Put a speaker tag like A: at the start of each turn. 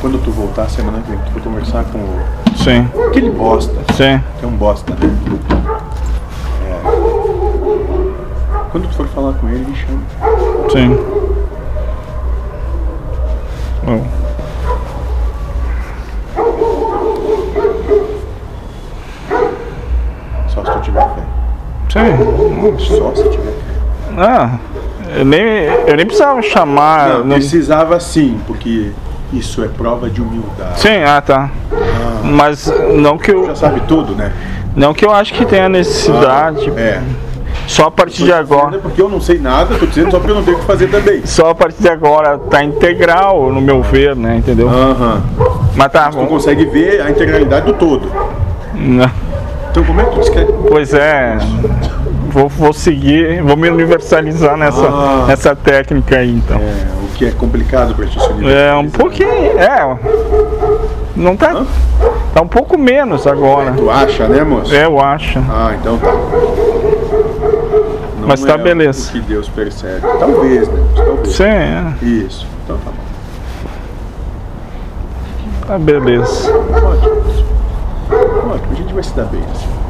A: quando tu voltar semana que vem, tu for conversar com o-
B: Sim,
A: aquele bosta,
B: sim.
A: que é um bosta, né? É. Quando tu for falar com ele, me chama.
B: Sim. Bom.
A: Só se tu tiver fé.
B: Sim.
A: Só se tiver fé.
B: Ah, eu nem, eu nem precisava chamar.
A: Não,
B: nem-
A: precisava sim, porque isso é prova de humildade.
B: Sim, ah tá. Mas não que eu.
A: Já sabe tudo, né?
B: Não que eu acho que tenha necessidade.
A: É.
B: Só a partir de agora.
A: Porque eu não sei nada, tô dizendo só porque eu não tenho o que fazer também.
B: Só a partir de agora tá integral, no meu ver, né? Entendeu?
A: Ah. Aham.
B: Mas tá
A: Tu
B: bom.
A: consegue ver a integralidade do todo.
B: Né?
A: Então como é que tu descreve?
B: Pois é. Vou, vou seguir, vou me universalizar nessa,
A: Ah.
B: nessa técnica aí, então.
A: É, o que é complicado pra ti, Sunil?
B: É, um pouquinho. É. Não tá. Tá um pouco menos agora.
A: Tu acha, né, moço?
B: É, eu acho.
A: Ah, então tá. Não
B: Mas tá
A: é
B: beleza.
A: O que Deus percebe. Talvez, né? moço? Talvez.
B: Sim, é.
A: Isso. Então tá bom.
B: Tá beleza. Tá,
A: Ótimo. moço. Ótimo, a gente vai se dar bem assim.